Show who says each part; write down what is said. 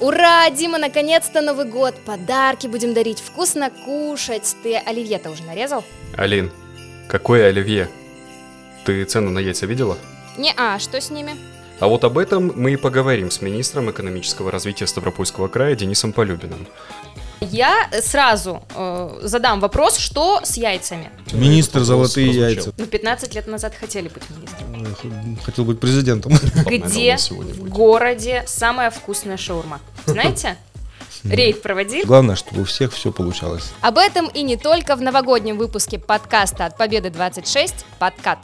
Speaker 1: Ура, Дима, наконец-то Новый год. Подарки будем дарить, вкусно кушать. Ты оливье-то уже нарезал?
Speaker 2: Алин, какое оливье? Ты цену на яйца видела?
Speaker 1: Не, а что с ними?
Speaker 2: А вот об этом мы и поговорим с министром экономического развития Ставропольского края Денисом Полюбиным.
Speaker 3: Я сразу э, задам вопрос, что с яйцами?
Speaker 4: Министр золотые
Speaker 2: Прозвучал.
Speaker 4: яйца.
Speaker 3: Вы 15 лет назад хотели быть министром.
Speaker 4: Э, х- Хотел быть президентом.
Speaker 2: Ладно, наверное,
Speaker 3: Где
Speaker 2: он Типа, сегодня
Speaker 3: в
Speaker 2: будет.
Speaker 3: городе самая вкусная шаурма? Знаете? Рейд проводили?
Speaker 4: Главное, чтобы у всех все получалось.
Speaker 1: Об этом и не только в новогоднем выпуске подкаста «От Победы 26» «Подкат».